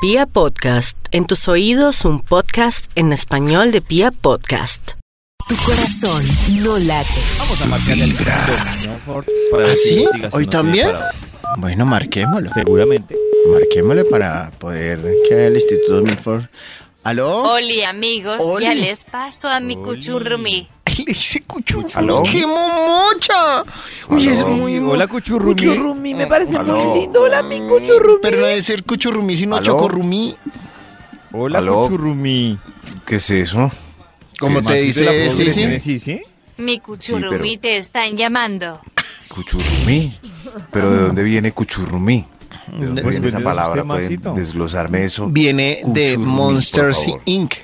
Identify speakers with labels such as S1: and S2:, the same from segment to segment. S1: Pia Podcast, en tus oídos un podcast en español de Pia Podcast.
S2: Tu corazón no late.
S3: Vamos a marcarle al señor Ford para ver
S4: ¿Ah,
S3: si
S4: sí?
S3: investiga si
S4: ¿Hoy
S3: no tiene
S4: también?
S3: parado.
S4: Bueno, marquémoslo.
S3: Seguramente.
S4: Marquémosle para poder que el Instituto Milford. ¿Aló?
S5: Oli amigos,
S4: Oli.
S5: ya les paso a mi cuchurrumi.
S4: Ay, le hice cuchurrumi.
S3: ¿Aló?
S4: ¡Qué momocha! Uy, es
S6: ¿Aló?
S4: muy. mo-
S3: Hola, Cuchurrumi.
S7: Cuchurrumi, me parece
S6: Aló.
S7: muy lindo. Hola, mi cuchurrumi.
S4: Pero no debe ser cuchurrumi, sino
S6: ¿Aló?
S4: chocorrumi.
S3: Hola,
S6: ¿Aló?
S3: Cuchurrumi.
S6: ¿Qué es eso?
S4: Como te
S3: Maxito de la Pobre,
S4: dice sí, sí.
S3: ¿tiene sí, sí?
S5: Mi cuchurrumi te están llamando.
S6: Cuchurrumí. ¿Pero de dónde viene cuchurrumí? ¿De dónde
S3: Pues,
S6: viene esa
S3: ¿de
S6: palabra?
S3: usted,
S6: ¿Pueden
S3: Maxito?
S6: desglosarme eso?
S4: Viene de
S6: Cuchurrumi,
S4: Monsters
S6: por favor.
S4: Inc.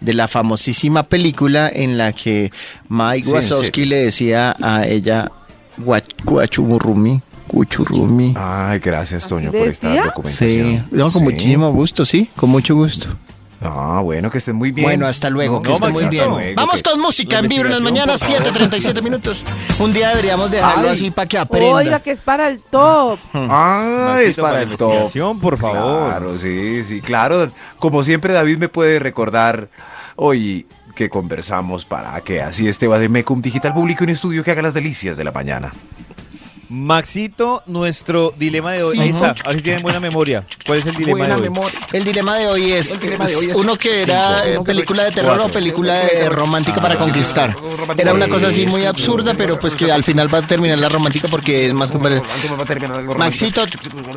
S4: De la famosísima película en la que Mike
S6: Sí, en
S4: Wazowski
S6: serio.
S4: le decía a ella Guachurrumi, Cuchurrumi.
S6: Ay, gracias,
S7: ¿Así
S6: Toño, por esta
S7: decía?
S4: Sí,
S6: documentación.
S4: no, con
S6: Ah, Sí.
S4: muchísimo gusto, sí, con mucho gusto.
S6: Ah, bueno, que estén muy bien.
S4: Bueno, hasta luego,
S6: No,
S4: que
S3: no,
S4: esté muy
S3: Maxito.
S4: bien.
S6: Hasta luego,
S4: Vamos
S6: que-
S4: con música
S3: la
S4: en vivo en las
S3: investigación,
S4: mañanas,
S3: por favor.
S4: 7:37 minutos. Un día deberíamos dejarlo
S3: Ay.
S4: así para que
S7: Oiga,
S4: aprenda.
S7: que es para el top.
S6: Ah, es
S3: Maxito,
S6: para el top.
S3: investigación, por favor.
S6: Claro, sí, sí, claro. Como siempre, David me puede recordar hoy que conversamos para que así este va de Mecum Digital publique un estudio que haga las delicias de la mañana.
S3: Maxito, nuestro dilema de hoy.
S4: Sí,
S3: Ahí está.
S4: ¿no?
S3: A ver si tienen buena memoria. ¿Cuál es el dilema
S4: Buena
S3: de hoy?
S4: memoria. El dilema de hoy es,
S6: es
S4: uno que era eh, película de terror o
S3: cuatro.
S4: película de romántica para conquistar. Era una cosa así muy absurda, pero pues que al final va a terminar la romántica porque es más complejo. Maxito,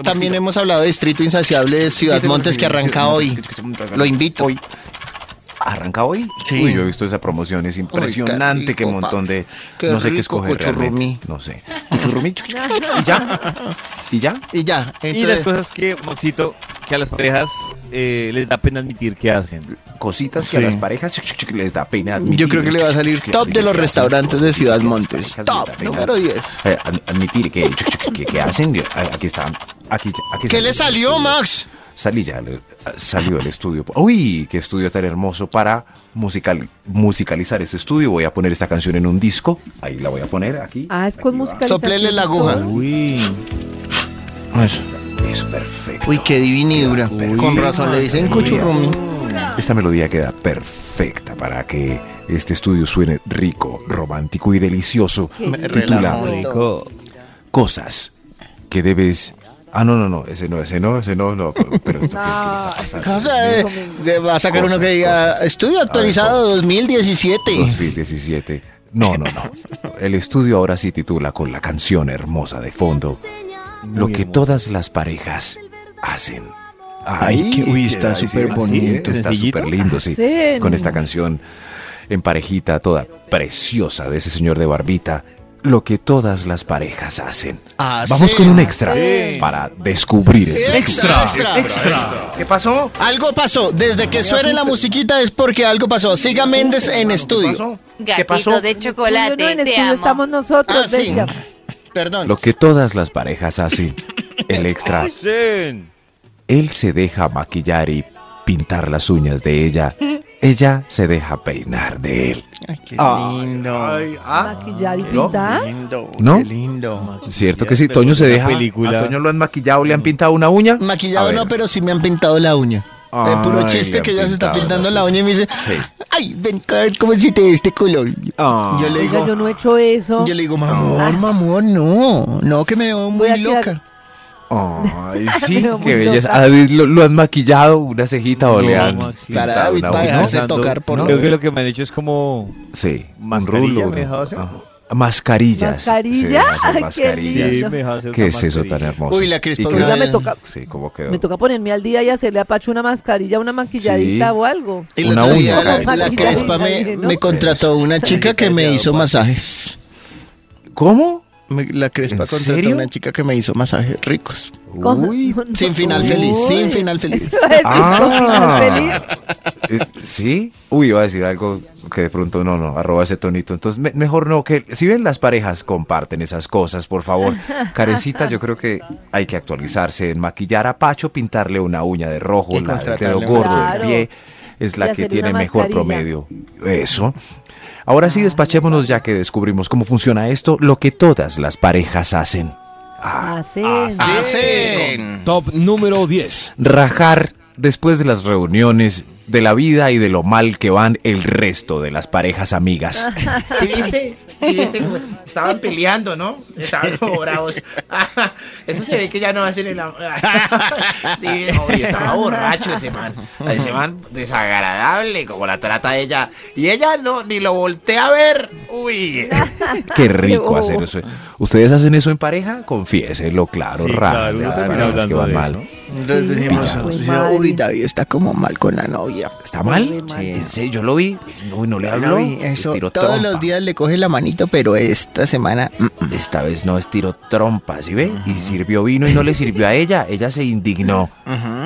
S4: también hemos hablado de Distrito Insaciable de Ciudad Montes que arranca hoy. Lo invito.
S6: Hoy. ¿Arranca hoy?
S4: Sí.
S6: Uy, yo he visto esa promoción, es impresionante,
S4: rico,
S6: qué montón de...
S4: Qué
S6: no sé qué
S4: rico,
S6: escoger realmente,
S4: cuchurrumí.
S6: no sé. Cuchurrumí, chuc, chuc, chuc, y ya, y ya.
S4: Y ya.
S3: Y las
S4: entonces-
S3: cosas que, Maxito, que a las parejas eh, les da pena admitir que hacen.
S6: Cositas que
S4: Sí.
S6: a las parejas chuc, chuc, chuc, les da pena admitir.
S4: Yo creo que le va a salir
S6: Chuc, chuc,
S4: top
S6: que
S4: de los
S6: hacen,
S4: restaurantes de
S6: cositas
S4: Ciudad
S6: que a las
S4: Montes.
S6: parejas les da
S4: Top
S6: pena
S4: número 10.
S6: eh, ad- admitir que, chuc, chuc, que, que hacen, eh, aquí está, aquí, aquí
S4: ¿Qué le salió,
S6: estudio.
S4: Max?
S6: Salí ya, le- salió el estudio. Uy, qué estudio tan hermoso para musical, musicalizar este estudio. Voy a poner esta canción en un disco. Ahí la voy a poner aquí.
S7: Ah, es con
S6: Aquí va.
S7: música.
S4: Soplele la aguja.
S3: Uy.
S6: Ah, Es perfecto.
S4: Uy, qué divinidura.
S6: Uy,
S4: Con razón le dicen
S6: madre mía.
S4: cuchurrumi.
S6: Esta melodía queda perfecta para que este estudio suene rico, romántico y delicioso.
S4: Me
S6: Titula
S4: relajo.
S3: Rico.
S6: Cosas que debes. Ah, no, no, no, ese no, ese no, ese no, no, pero, pero esto ¿qué- qué está pasando?
S4: Cosa de, de- va a sacar uno que
S6: Cosas,
S4: diga
S6: cosas.
S4: estudio actualizado
S6: A ver,
S4: 2017.
S6: 2017. No, no, no. El estudio ahora sí titula con la canción hermosa de fondo Lo
S3: Muy
S6: que
S3: hermoso.
S6: todas las parejas hacen.
S4: Ay, qué- uy, está
S6: queda ahí,
S4: súper
S6: sí,
S4: bonito.
S6: Está
S3: ¿Sencillito?
S6: súper lindo, sí.
S7: Hacen.
S6: Con esta canción en parejita toda preciosa de ese señor de barbita. Lo que todas las parejas hacen.
S4: Hacen.
S6: Vamos con un
S4: Ah,
S6: extra
S3: Sí.
S6: para descubrir este
S4: Extra, extra.
S6: ¿Qué pasó?
S4: Algo pasó. Desde que suene la musiquita es porque algo pasó. Siga Méndez en estudio.
S5: Gatito de chocolate,
S7: Estudio, Pues, no, en
S5: te
S7: estudio
S5: amo.
S7: estamos nosotros,
S4: Ah, sí.
S7: bestia.
S4: Perdón.
S6: Lo que todas las parejas hacen. El extra.
S3: Hacen.
S6: Él se deja maquillar y pintar las uñas de ella. Ella se deja peinar de él.
S4: Ay, qué
S6: Ah.
S4: lindo. Ah.
S7: Maquillar y
S6: ¿no?
S7: pintar.
S4: Lindo,
S6: ¿No?
S4: Qué lindo.
S6: ¿Cierto que sí? Toño se
S3: Pero
S6: deja.
S3: la película.
S6: ¿A Toño lo han maquillado? ¿Le han pintado una uña?
S4: Maquillado
S6: A
S4: no,
S6: ver.
S4: pero sí me han pintado la uña. De puro
S6: Ay,
S4: chiste
S6: le
S4: que
S6: han
S4: ella se está
S6: pintado
S4: pintando
S6: las
S4: la uña y me dice,
S6: Sí.
S4: ay, ven, a ver cómo si te de este color.
S6: Ah.
S4: Yo le
S7: Oiga,
S4: digo,
S7: yo no he hecho eso.
S4: yo le digo, mamor, mamor, no, no, que me veo muy
S7: Voy a
S4: loca.
S7: quedar-
S6: Ay, sí,
S7: Pero
S6: qué
S7: muy
S6: belleza.
S7: loca.
S6: ¿A David lo, lo han maquillado? ¿Una cejita o
S3: No,
S6: le han
S3: Maxi.
S6: pintado
S4: Para David,
S6: una
S4: para
S6: uña?
S4: dejarse tocar por
S3: Creo
S4: lo-
S3: que lo que me han hecho es como
S6: Sí, un
S3: ¿Mascarilla
S6: rulo.
S3: me
S6: ¿no?
S3: dejaba hacer?
S6: Ah, Mascarillas. se
S7: ¿Mascarilla?
S6: deja hacer
S7: Ay, qué
S6: mascarillas.
S7: lindo.
S3: Sí, me deja hacer
S6: ¿Qué
S3: una
S6: es eso tan
S3: mascarilla.
S6: hermoso?
S4: Uy, la Crispa
S6: ¿Y qué-
S4: una
S7: Oiga, me
S4: vez-
S7: toca,
S6: Sí, ¿cómo quedó?
S7: me toca ponerme al día y hacerle a Pacho una mascarilla, una maquilladita
S6: Sí.
S7: o algo.
S4: El
S6: Una
S4: otro
S6: uña,
S4: día la,
S6: Karen.
S4: la Crespa me, me contrató una chica que me hizo masajes.
S6: ¿Cómo?
S4: Me- La Crespa
S6: ¿En
S4: contrató
S6: serio?
S4: una chica que me hizo masajes ricos.
S7: Con-
S6: Uy,
S7: no, no.
S4: Sin final feliz, sin final feliz.
S7: Eso es, sin
S6: Ah.
S7: final feliz.
S6: Es- ¿Sí? Uy, iba a decir algo que de pronto no, no, arroba ese tonito. Entonces, me- mejor no, que si ven las parejas, comparten esas cosas, por favor. Carecita, yo creo que hay que actualizarse en maquillar a Pacho, pintarle una uña de rojo,
S4: Y
S6: la del
S4: contratarle
S6: dedo
S4: un-
S6: gordo del
S7: Claro.
S6: pie, es
S7: Y
S6: la que
S7: hacerle
S6: tiene
S7: una
S6: mejor
S7: mascarilla.
S6: promedio. Eso. Ahora sí, despachémonos ya que descubrimos cómo funciona esto, lo que todas las parejas hacen. Ah,
S7: Hacen.
S6: hacen.
S4: Hacen.
S8: Top número 10.
S6: rajar después de las reuniones, de la vida y de lo mal que van el resto de las parejas amigas.
S8: ¿Sí viste? ¿Sí viste? cómo Estaban peleando, ¿no? Estaban como bravos. Eso se ve que ya no hacen el amor. Sí, oye, estaba borracho ese man. Ese man desagradable, como la trata ella. Y ella no, ni lo voltea a ver. Uy.
S6: Qué
S4: Oh.
S6: rico hacer eso. ¿Ustedes hacen eso en pareja? Confiéselo, claro,
S3: Sí,
S6: raro.
S3: claro, uno
S6: ya,
S3: termina
S6: las que
S3: hablando
S6: van
S3: de
S6: mal.
S3: eso.
S4: Entonces
S7: Sí,
S4: decimos,
S7: ya.
S4: "Uy,
S7: Pues, Madre.
S4: uy, David está como mal con la novia.
S6: ¿Está mal?
S7: mal.
S6: Sí. ¿En serio? ¿Yo lo vi? Uy, no le habló.
S4: David, eso,
S6: Estiró
S4: todos
S6: trompa.
S4: los días le coge la manito, pero esta semana... mm, mm.
S6: Esta vez no estiró trompa, ¿sí ve? Y sirvió vino y no le sirvió a ella. Ella se indignó.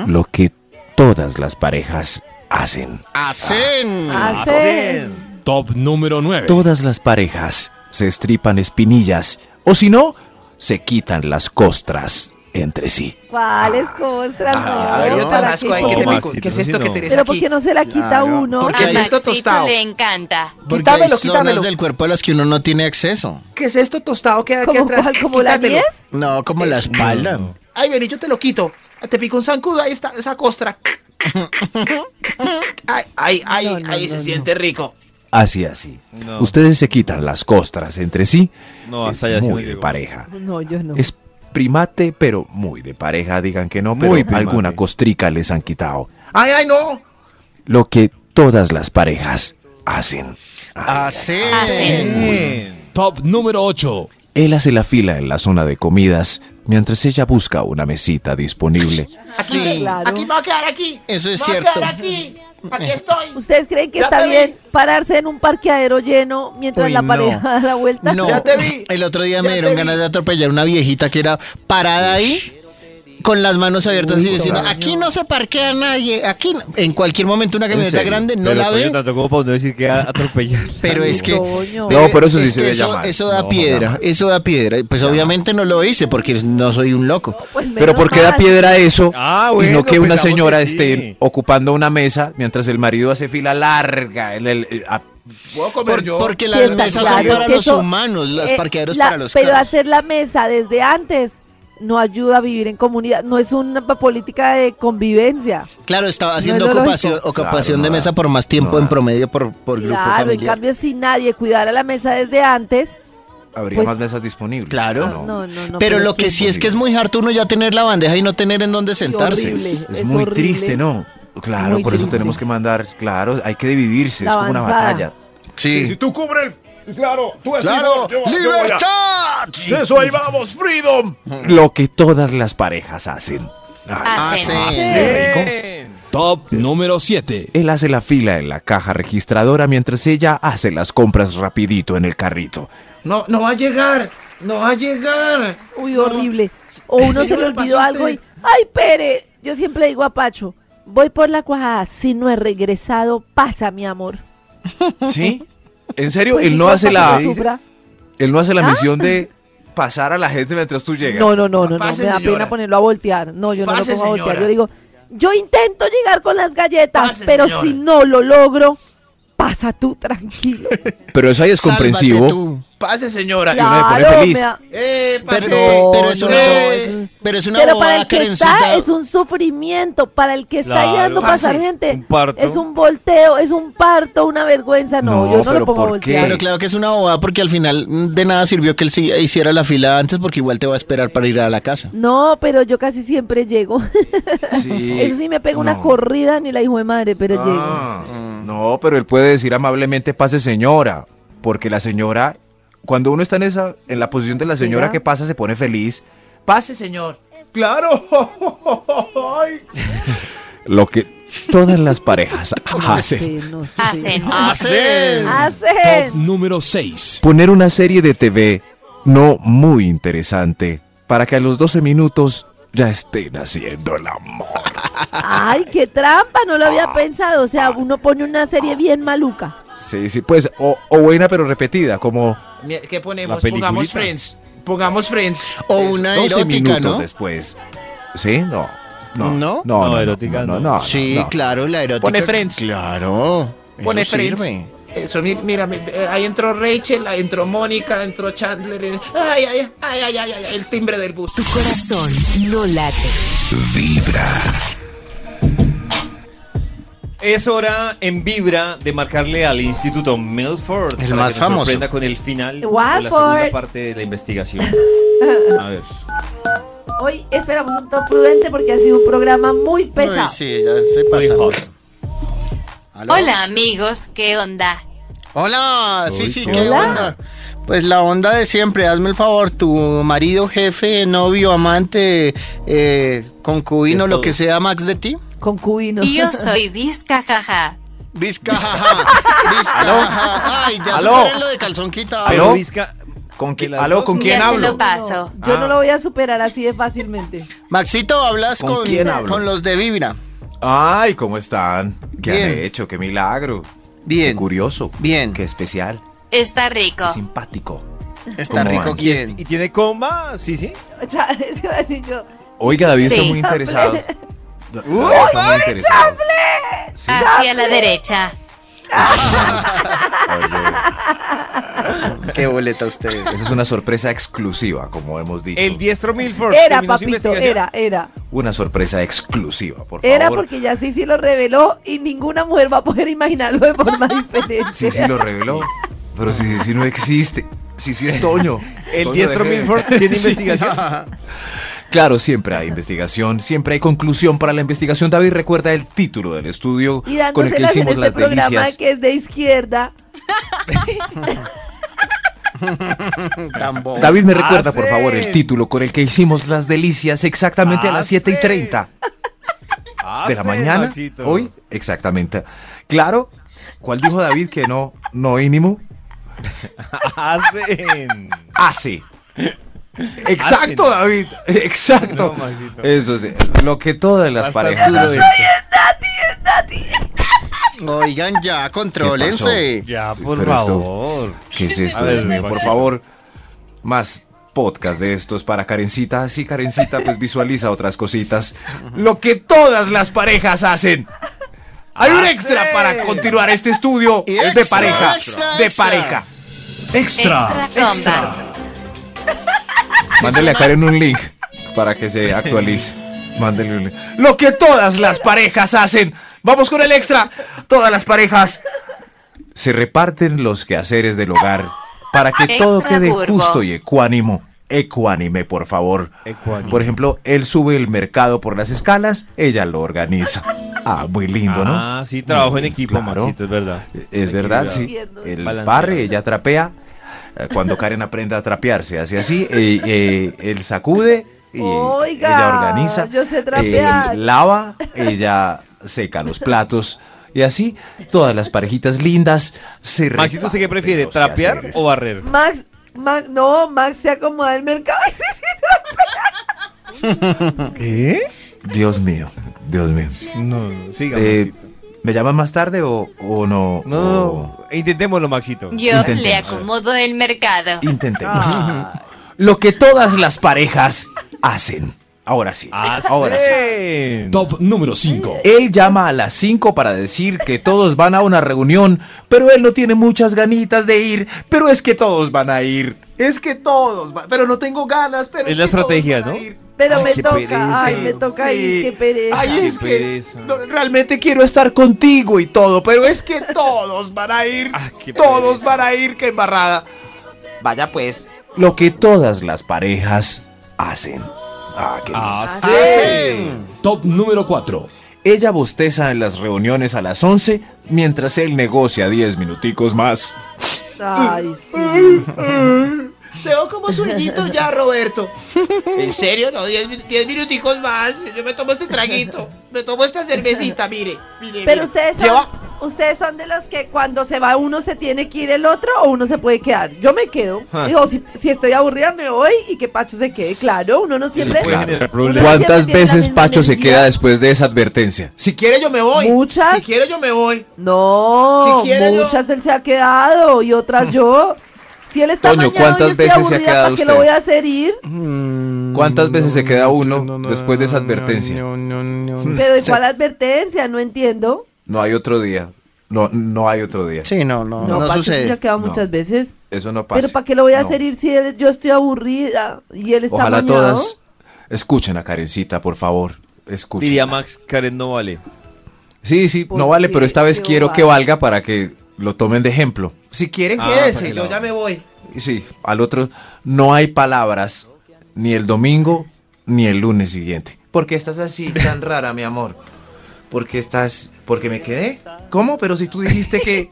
S6: Lo que todas las parejas hacen.
S4: ¡Hacen!
S8: Ah,
S7: Hacer.
S9: Top número 9.
S6: Todas las parejas se estripan espinillas. O si no, se quitan las costras entre sí.
S7: ¿Cuáles costras?
S8: Ah, A
S7: No,
S8: ver, yo
S7: ¿para
S8: Tarasco,
S7: qué
S8: ay, ¿qué, te
S7: costras?
S8: me
S3: Maxito,
S8: cu- ¿qué es esto
S3: sí,
S8: que
S3: no.
S8: tenés
S7: Pero ¿por qué
S8: aquí?
S7: no se la quita
S4: Claro.
S7: uno? Ah,
S4: Porque
S5: A
S4: ¿Qué es
S8: esto
S5: Maxito
S8: tostado?
S5: le encanta.
S4: Porque hay
S8: Quítamelo,
S4: zonas
S8: quítamelo.
S4: del cuerpo a las que uno no tiene acceso.
S8: ¿Qué es esto tostado que hay aquí
S7: ¿Como
S8: atrás?
S7: cuál? ¿Como la
S8: Quítatelo.
S7: 10?
S4: No, como la espalda.
S8: Ay, vení, yo te lo quito. Te pico un zancudo, ahí está, esa costra. Ay, ay, ay,
S7: No, no,
S8: ahí se
S7: no, no.
S8: siente rico.
S6: Así, así.
S3: No.
S6: Ustedes se quitan las costras entre sí.
S3: No,
S6: es
S3: hasta allá sí
S6: muy
S3: no
S6: de
S3: llegó.
S6: pareja.
S7: No, yo no.
S6: Es primate, pero muy de pareja. Digan que no, pero
S3: Muy primate.
S6: alguna costrica les han quitado.
S8: Ay, ay, no.
S6: Lo que todas las parejas hacen. Ay,
S4: ¡Hacen!
S5: Hacen.
S3: Bien.
S9: Top número 8.
S6: Él hace la fila en la zona de comidas mientras ella busca una mesita disponible.
S8: Aquí,
S4: Sí.
S8: sí,
S7: Claro.
S8: aquí me voy a quedar aquí.
S4: Eso es
S8: Me voy a
S4: cierto.
S8: quedar aquí. Aquí estoy.
S7: ¿Ustedes creen que
S8: Ya
S7: está
S8: te vi.
S7: bien pararse en un parqueadero lleno mientras
S4: Uy,
S7: la
S4: no.
S7: pareja da la vuelta?
S4: No,
S8: Ya te vi.
S4: el otro día
S8: Ya
S4: me
S8: te
S4: dieron
S8: vi.
S4: ganas de atropellar una viejita que era parada ahí con las manos abiertas y diciendo, aquí no se parquea nadie, aquí no". en cualquier momento una camioneta
S6: serio?
S4: grande no
S3: Pero
S4: la ve,
S3: Toño, tanto como para uno decir que atropellar.
S4: pero es que...
S7: Toño.
S6: No, pero eso sí
S4: es
S6: se
S4: que
S6: debe
S4: eso,
S6: llamar.
S4: eso da
S6: No,
S4: piedra,
S6: jamás.
S4: eso da piedra. Pues obviamente no lo hice porque no soy un loco.
S7: Pues
S6: Pero
S7: menos
S6: ¿por qué da
S7: mal.
S6: piedra eso
S3: Ah,
S6: y no
S3: bueno,
S6: que una
S3: pensamos
S6: señora
S3: que sí.
S6: esté ocupando una mesa mientras el marido hace fila larga? en el- eh, a-
S8: Puedo comer
S4: Por-
S8: yo.
S4: porque
S7: Sí,
S4: las
S7: está
S4: mesas
S7: claro,
S4: son para
S7: es que
S4: los
S7: eso-
S4: humanos, las
S7: Eh,
S4: parqueaderos
S7: la-
S4: para los
S7: Pero
S4: carros.
S7: hacer la mesa desde antes no ayuda a vivir en comunidad. No es una pa- política de convivencia.
S4: Claro, estaba haciendo
S7: lo lógico.
S4: ocupación, ocupación
S6: Claro,
S4: de
S6: no da.
S4: mesa por más tiempo
S6: No
S4: en
S6: da.
S4: promedio por, por grupo
S7: claro, en
S4: familiar.
S7: cambio, si nadie cuidara la mesa desde antes.
S6: habría
S7: Pues-
S6: más mesas disponibles.
S4: Claro.
S6: ¿o
S7: No,
S6: no?
S7: no, no.
S4: pero lo que
S7: ¿quién?
S4: sí es que es muy harto uno ya tener la bandeja y no tener en dónde sentarse.
S7: horrible.
S6: Es,
S7: es
S6: muy
S7: horrible.
S6: triste, ¿no? Claro,
S7: Muy
S6: por eso
S7: triste.
S6: tenemos que mandar, claro, hay que dividirse,
S7: La
S6: es como una
S7: avanzada.
S6: batalla.
S4: Sí,
S10: tú cubres, claro,
S3: Pues
S10: tú
S4: claro. ¡Libertad!
S10: Eso ahí vamos, freedom.
S6: Lo que todas las parejas hacen. Ay,
S5: Hacen.
S3: Bien.
S9: Top número 7.
S6: Él hace la fila en la caja registradora mientras ella hace las compras rapidito en el carrito.
S8: No, no va a llegar. No va a llegar.
S7: Uy,
S8: No.
S7: horrible. O uno se le
S8: Señora,
S7: olvidó
S8: pase
S7: algo y.
S8: usted.
S7: ¡Ay, Pere! Yo siempre le digo a Pacho: Voy por la cuajada. Si no he regresado, pasa, mi amor.
S6: ¿Sí? ¿En serio?
S7: Pues
S6: él, no
S7: digo,
S6: hace
S7: para
S6: la,
S7: que no sufra.
S6: él no hace la misión de pasar a la gente mientras tú llegas.
S7: No, no, no, no, no,
S8: Pase,
S7: me da
S8: señora.
S7: pena ponerlo a voltear. No, yo no
S8: Pase,
S7: lo pongo a voltear.
S8: señora.
S7: Yo le digo, yo intento llegar con las galletas,
S8: Pase,
S7: pero
S8: señora.
S7: si no lo logro, pasa tú tranquilo.
S6: Pero eso ahí es
S4: Sálvate
S6: comprensivo.
S4: tú.
S8: Pase, señora.
S6: Y uno se pone feliz.
S7: me da-
S8: Eh, pase.
S4: Pero,
S7: No,
S4: pero es
S7: no,
S4: una,
S7: no,
S4: eh,
S7: es un-
S4: pero es una
S7: Pero
S4: bobada,
S7: para el que
S4: Karencita.
S7: está es un sufrimiento, para el que está
S3: Claro.
S7: llegando a pasar
S6: Ah,
S8: Pase,
S7: gente,
S3: un parto.
S7: es un volteo, es un parto, una vergüenza. No,
S6: No,
S7: yo no
S6: pero
S7: lo pongo a
S6: ¿por qué?
S7: voltear.
S4: Pero claro que es una bobada porque al final mm, de nada sirvió que él sí- hiciera la fila antes porque igual te va a esperar para ir a la casa.
S7: No, pero yo casi siempre llego.
S6: Sí.
S7: Eso sí me pega una
S6: No.
S7: corrida ni la hijo de madre, pero llego.
S6: Ah, no, pero él puede decir amablemente, pase señora, porque la señora, cuando uno está en esa, en la posición de la señora
S7: Mira.
S6: que pasa, se pone feliz. Pase.
S8: Pase, señor.
S10: Claro. Ay,
S6: Lo que todas las parejas hacen.
S7: No sé, no sé.
S5: Hacen.
S4: ¡Hacen!
S7: Hacen.
S9: Top número 6.
S6: Poner una serie de TV no muy interesante para que a los 12 minutos ya estén haciendo el amor.
S7: Ay, qué trampa, no lo
S4: Ah.
S7: había pensado. O sea, uno pone una serie bien maluca.
S6: Sí, sí, pues, o, o buena pero repetida, como
S8: Mira, ¿Qué ponemos?
S3: La
S8: Pongamos
S3: peliculita.
S8: Friends. Pongamos Friends.
S4: O una
S6: 12
S4: erótica,
S6: minutos
S4: ¿no?
S6: después. ¿Sí? No. No,
S4: ¿No?
S6: no, no, no,
S3: erótica
S6: no,
S3: no.
S6: Ah, no, no,
S4: sí,
S6: no.
S4: claro, la erótica.
S8: Pone Friends.
S4: Claro.
S8: Pone
S4: eso
S8: Friends.
S4: sirve.
S8: Eso, mi- mira, mi- eh, ahí entró Rachel, ahí entró Mónica, entró Chandler. eh, Ay, ay, ay, ay, ay, ay, el timbre del bus.
S2: Tu corazón no late.
S3: Es hora en vibra de marcarle al Instituto Milford. para
S4: más
S3: que nos
S4: famoso.
S3: sorprenda con el final de la segunda
S7: Walford.
S3: parte de la investigación. A ver.
S7: Hoy esperamos un top prudente porque ha sido un programa muy pesado.
S4: Uy, sí, ya se pasa. ¿Aló?
S5: Hola amigos, ¿qué onda?
S4: Hola, sí,
S3: Uy,
S4: sí,
S3: qué
S4: qué
S7: Hola.
S4: onda. Pues la onda de siempre, hazme el favor, tu marido, jefe, novio, amante, eh, concubino,
S3: De
S4: lo
S3: todo.
S4: que sea, Max de ti.
S7: Concubino.
S5: Y yo soy Vizca, jaja.
S4: Vizca, jaja, Vizca, jaja. Ay, ya
S6: ¿Aló?
S4: superen lo de calzonquita.
S6: ¿Aló?
S3: Pero Vizca,
S6: ¿Con
S8: Eh,
S6: qui-
S3: ¿De las
S6: ¿Aló?
S3: dos?
S6: ¿Con quién
S5: ya se
S6: hablo? Ah.
S5: lo paso.
S7: No, yo no lo voy a superar así de fácilmente.
S4: Maxito, hablas
S6: ¿Con
S4: con,
S6: quién hablo?
S4: con los de Vibra.
S6: Ay, ¿cómo están? ¿Qué han
S4: Bien.
S6: hecho? ¡Qué milagro! ¡Qué
S4: Bien,
S6: curioso!
S4: Bien.
S6: ¡Qué especial!
S5: Está rico.
S6: ¡Qué simpático!
S4: está
S6: ¿Cómo
S4: rico
S6: van?
S4: quién.
S3: ¿Y tiene comba? Sí, sí.
S7: O sea, eso iba a decir yo.
S6: Oiga, David
S5: Sí.
S6: está muy interesado.
S7: Uy,
S6: David está muy interesado. Sí.
S5: Hacia la derecha.
S4: Qué boleta ustedes.
S6: Esa es una sorpresa exclusiva, como hemos dicho.
S3: El diestro Milford. terminó
S7: Era,
S3: su
S7: papito,
S3: investigación.
S7: era, era.
S6: Una sorpresa exclusiva, por
S7: Era
S6: favor.
S7: porque ya sí sí lo reveló y ninguna mujer va a poder imaginarlo de forma diferente.
S6: Sí, sí lo reveló. Pero sí, sí, sí no existe. Sí, sí es Toño.
S3: El
S6: Toño,
S3: diestro
S6: deje de-
S3: Milford tiene investigación.
S6: Claro, siempre hay investigación, siempre hay conclusión para la investigación. David recuerda el título del estudio
S7: Y
S6: con el que
S7: dándoselas en
S6: hicimos
S7: este
S6: las
S7: programa
S6: delicias.
S7: que es de izquierda.
S4: Tambo.
S6: David me recuerda, por
S3: Hacen.
S6: favor, el título con el que hicimos las delicias exactamente a las 7 y
S3: Hacen.
S6: 30 de la
S3: Hacen,
S6: mañana.
S3: Maxito.
S6: Hoy, exactamente. Claro, ¿cuál dijo David que no, no mínimo?
S3: Hacen.
S6: Hace. Ah, Exacto,
S3: Hacen.
S6: David. Exacto.
S3: Ah, No, Maxito.
S6: Eso sí, lo que todas las
S3: Basta
S6: parejas
S3: duro
S6: hacen.
S3: esto.
S4: Oigan, ya, contrólense.
S3: Ya, por
S6: Pero esto-
S3: favor.
S6: ¿Qué es esto,
S3: A ver,
S6: Dios mío? Por
S3: Maxito.
S6: favor, más podcast de estos para Karencita. Así Karencita pues visualiza otras cositas. Lo que todas las parejas hacen. Hay un extra para continuar este estudio
S4: Y
S6: de
S4: extra,
S6: pareja.
S4: extra,
S6: de
S4: extra.
S6: pareja.
S5: Extra comba.
S6: Mándele a Karen un link para que se actualice. Mándele un link. Lo que todas las parejas hacen. Vamos con el extra. Todas las parejas se reparten los quehaceres del hogar para que
S5: Extra
S6: todo quede
S5: turbo.
S6: justo y ecuánimo. Ecuánime, por favor.
S3: Ecuánime.
S6: Por ejemplo, él sube el mercado por las escalas, ella lo organiza. Ah, muy lindo, ¿no?
S3: Ah, sí, trabajo en
S6: Muy
S3: equipo,
S6: claro. E,
S3: Maxito, es verdad.
S6: Es verdad, sí.
S7: Equilibrado.
S6: El
S3: Balanceado.
S6: barre, ella trapea. Eh, Cuando Karen aprenda a trapearse, hace así, eh, eh, él sacude y
S7: Oiga,
S6: ella organiza.
S7: yo sé trapear.
S6: él lava, ella seca los platos. Y así, todas las parejitas lindas se
S3: Maxito, ¿usted qué
S6: reparten
S3: prefiere,
S6: los
S3: trapear
S6: quehaceres.
S3: o barrer?
S7: Max, Max, no, Max se acomoda el mercado. Ay, sí, sí,
S3: ¿Qué?
S6: Dios mío, Dios mío.
S3: No, no, siga,
S6: Eh,
S3: Maxito.
S6: ¿Me llaman más tarde o, o no?
S3: No,
S6: O-
S3: no, intentémoslo, Maxito.
S5: Yo le
S6: Intentemos.
S5: acomodo el mercado.
S6: Intentemos.
S3: Ah.
S6: Lo que todas las parejas hacen. Ahora sí. Ahora sí.
S3: Hacen.
S9: Top número 5.
S6: Él llama a las 5 para decir que todos van a una reunión, pero él no tiene muchas ganitas de ir, pero es que todos van a ir. Es que todos van, pero no tengo ganas, pero
S3: Es la
S6: que todos
S3: estrategia,
S6: van a
S3: ¿no?
S6: ir.
S7: Pero
S6: Ay,
S7: me
S6: qué
S7: toca,
S6: pereza.
S7: ay, me toca
S6: Sí.
S7: ir, qué pereza.
S6: Ay,
S3: Qué
S6: es que
S3: pereza.
S6: no, realmente quiero estar contigo y todo, pero es que todos van a ir,
S3: Ah, qué
S6: todos
S3: pereza.
S6: van a ir, qué embarrada.
S8: Vaya pues.
S6: Lo que todas las parejas hacen. Ah, qué lindo.
S4: Hacen.
S9: Top número 4.
S6: Ella bosteza en las reuniones a las 11 mientras él negocia 10 minuticos más.
S7: Ay, sí.
S8: Tengo Mm, como sueñito ya, Roberto. ¿En serio? No, diez, mi- diez minuticos más. Yo me tomo este traguito. Me tomo esta cervecita, mire. mire
S7: Pero
S8: mire.
S7: ustedes son, ustedes son de los que cuando se va uno se tiene que ir el otro o uno se puede quedar. Yo me quedo.
S3: Ah.
S7: Digo, si, si estoy aburrida me voy y que Pacho se quede. Claro, uno no siempre.
S3: puede generar problemas.
S7: uno no
S6: ¿Cuántas
S7: siempre tiene la
S6: veces
S7: misma
S6: Pacho se
S7: energía.
S6: queda después de esa advertencia?
S8: Si quiere, yo me voy.
S7: Muchas.
S8: Si quiere, yo me voy.
S7: No,
S8: Si quiere, yo-
S7: muchas él se ha quedado y otras yo. Si él está
S6: Mm. Toño,
S7: mañana
S6: ¿cuántas
S7: y yo estoy
S6: veces se ha
S7: aburrida,
S6: quedado
S7: ¿para qué lo
S6: usted?
S7: voy a hacer ir?
S6: ¿Cuántas veces se queda uno después de esa advertencia? Mm, No, Mm.
S7: Pero ¿y cuál advertencia? No entiendo.
S6: hay otro día. No, no hay otro día.
S4: Sí, no, no,
S7: No,
S4: no,
S7: Pacho sí se ha
S4: sucede.
S7: quedado
S6: No.
S7: muchas veces.
S6: Eso no pasa.
S7: Pero ¿para qué lo voy a
S6: No.
S7: hacer ir si él- yo estoy aburrida y él está
S6: Ojalá
S7: amañado?
S6: todas escuchen a Karencita, por favor. Escuchen.
S3: Diría Max, Karen no vale.
S6: Sí, Pues sí, no
S7: ¿Por
S6: vale,
S7: qué?
S6: pero esta vez
S7: ¿Qué
S6: quiero que
S7: bobada?
S6: valga para que lo tomen de ejemplo. Si quieren,
S8: Ah,
S6: quédese.
S8: yo ya me voy.
S6: Y Sí, al otro no hay palabras ni el domingo ni el lunes siguiente.
S8: ¿Por qué estás así tan rara, mi amor? ¿Por qué estás...? ¿Porque me quedé? ¿Cómo? Pero si tú dijiste que...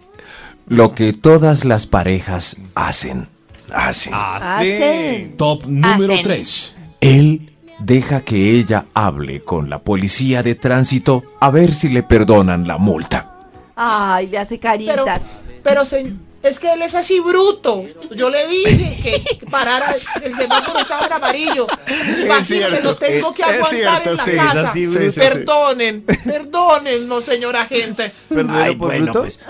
S6: Lo que todas las parejas hacen, hacen.
S7: Hacen.
S9: Top número
S5: Hacen.
S9: 3.
S6: Él deja que ella hable con la policía de tránsito a ver si le perdonan la multa.
S7: Ay, le hace caritas.
S8: Pero, señor, es que él es así bruto. Yo le dije que parara, el semáforo estaba en amarillo. Así que
S4: cierto,
S8: lo tengo que
S4: es
S8: aguantar
S4: cierto,
S8: en la
S4: sí, es
S8: casa.
S4: así, bruto. Sí, sí, sí.
S8: perdonen, perdonen, no señora gente.
S3: Ay, por bueno, bruto.
S8: pues,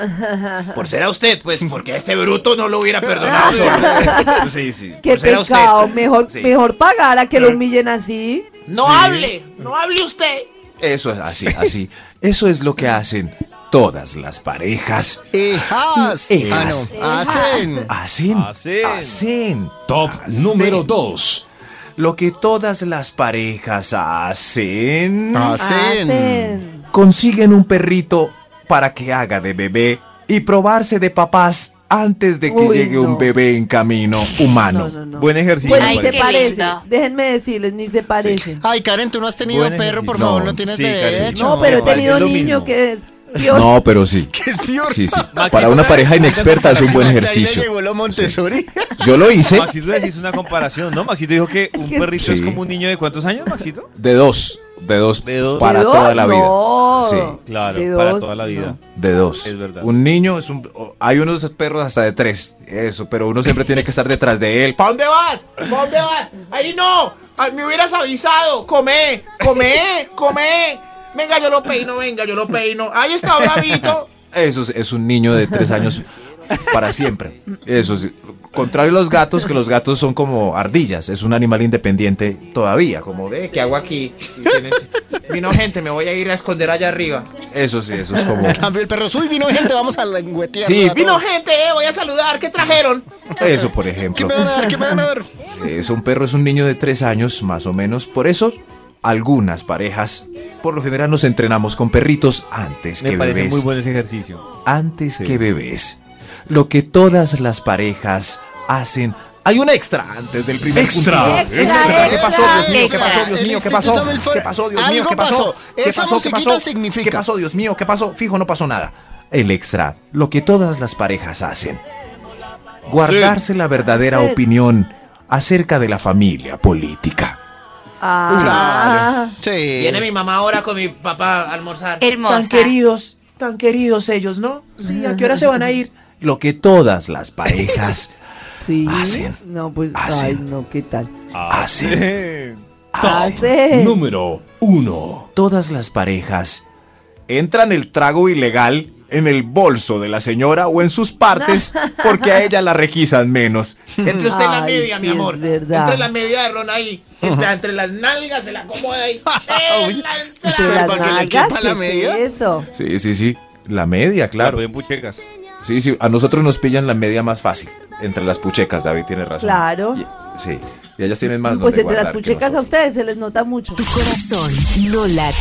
S8: por ser a usted, pues, porque a este bruto no lo hubiera perdonado.
S3: Sí, sí.
S7: Qué
S8: Pues será usted.
S7: pecado. Mejor,
S3: Sí.
S7: mejor pagar a que lo humillen así.
S8: no hable, no hable usted.
S6: Eso es así, así. Eso es lo que hacen todas las parejas.
S4: Ejas. Ah,
S6: Ejas.
S4: no. Hacen.
S6: Hacen.
S3: Hacen.
S6: Hacen.
S9: Top
S6: Hacen.
S9: número 2.
S6: Lo que todas las parejas hacen.
S4: Ah. Hacen.
S7: Hacen.
S6: Consiguen un perrito para que haga de bebé y probarse de papás antes de que
S7: Uy,
S6: llegue
S7: no.
S6: un bebé en camino humano.
S7: No, no, no.
S3: Buen ejercicio.
S7: Bueno,
S5: Ay,
S7: Pues, ni se
S5: qué
S7: parecen.
S5: lindo.
S7: Déjenme decirles, ni se parecen.
S4: Ay, Karen, tú no has tenido
S3: Buen
S4: perro, por
S3: ejercicio.
S4: favor,
S6: No,
S4: Ah, no tienes
S3: sí, Karen,
S4: derecho.
S7: No, pero he
S3: no, es
S7: tenido
S3: lo
S7: niño
S3: mismo.
S7: que es peor.
S6: No, pero sí.
S4: Es peor.
S6: Sí, sí.
S3: Maxito,
S6: Para una
S3: ¿no?
S6: pareja inexperta es un buen
S4: Hasta ahí le
S6: ejercicio.
S4: llegó lo Montessori.
S6: Yo lo hice
S3: Maxito les hizo una comparación, ¿no? Maxito dijo que un
S7: ¿Qué?
S3: perrito es
S6: Sí.
S3: como un niño de cuántos años, Maxito?
S6: de dos. De dos
S3: De dos.
S6: para
S7: ¿De
S6: toda
S7: dos?
S6: la vida.
S7: No.
S6: Sí,
S3: Claro,
S7: De
S3: para
S7: dos,
S3: toda la vida.
S6: de dos.
S3: Es verdad.
S6: Un niño es un. o- Hay unos perros hasta de tres. Eso, pero uno siempre tiene que estar detrás de él.
S8: ¿Para dónde vas? ¿Para dónde vas? Ahí no. Ay, me hubieras avisado. Come, come, come. Venga, yo lo peino, venga, yo lo peino. Ahí está bravito.
S6: Eso es, es un niño de tres años para siempre. Eso sí. Contrario a los gatos, que los gatos son como ardillas. Es un animal independiente todavía. Como de.
S8: Eh, ¿Qué hago aquí? ¿Tienes- Vino gente, me voy a ir a esconder allá arriba.
S6: Eso sí, eso es como.
S4: En cambio, el perro, uy, vino gente, vamos a languetear.
S6: Sí,
S8: Vino gente, eh, voy a saludar. ¿Qué trajeron?
S6: Eso, por
S4: ¿Qué
S6: ejemplo.
S4: me van a dar? ¿Qué me van a dar?
S6: Es un perro, es un niño de tres años, más o menos. Por eso, algunas parejas, por lo general, nos entrenamos con perritos antes
S3: Me
S6: que
S3: parece
S6: bebés.
S3: muy bueno ese ejercicio.
S6: Antes
S3: Sí.
S6: que bebés. Lo que todas las parejas hacen. Hay un extra antes del primer
S9: Extra.
S6: punto.
S7: Extra,
S6: ¿Qué
S7: extra,
S6: pasó, Pues, Dios mío? ¿Qué
S5: extra.
S6: pasó, Dios mío? ¿Qué
S4: El
S6: pasó?
S4: Instituto Milford,
S6: ¿Qué pasó, Dios mío?
S4: algo
S6: ¿Qué pasó?
S4: pasó.
S6: ¿Qué
S4: Esa
S6: pasó? ¿Qué
S4: musiquita
S6: pasó?
S4: significa.
S6: ¿Qué pasó, Dios mío? ¿Qué pasó? Fijo, no pasó nada. El extra, lo que todas las parejas hacen. Guardarse la verdadera
S7: Hacer.
S6: opinión acerca de la familia política.
S7: Ah.
S4: Sí.
S8: Viene mi mamá ahora con mi papá a almorzar.
S5: Hermosa.
S6: queridos, tan queridos ellos, ¿no? Sí, ¿a qué hora se van a ir? Lo que todas las parejas
S7: Sí.
S6: Hacen.
S7: No, pues, ay,
S6: Hacen.
S7: no, ¿qué tal?
S6: hacen. hacen.
S7: Hacen.
S9: Número 1.
S6: Todas las parejas entran el trago ilegal en el bolso de la señora o en sus partes porque a ella la requisan menos.
S7: Hmm.
S8: Entre usted en la
S7: Ay,
S8: media,
S7: sí,
S8: mi amor.
S7: es verdad.
S8: Entre la media de Ron ahí. Entre, entre las nalgas se la acomoda ahí.
S4: Uy,
S7: ¿Y
S4: Usted
S7: sobre
S4: para
S7: las
S4: que le
S7: nalgas?
S4: quepa la
S7: ¿Qué
S4: media.
S7: es eso?
S6: Sí, sí, sí. La media,
S3: Claro,
S6: claro.
S3: en puchecas.
S6: Sí, sí, a nosotros nos pillan la media más fácil. Entre las puchecas, David tiene razón.
S7: Claro.
S6: Y- Sí, y ellas tienen más
S7: Pues
S6: donde
S7: entre las
S6: guardar que
S7: puchecas a
S6: nosotros.
S7: ustedes se les nota mucho.
S2: Tu corazón no late.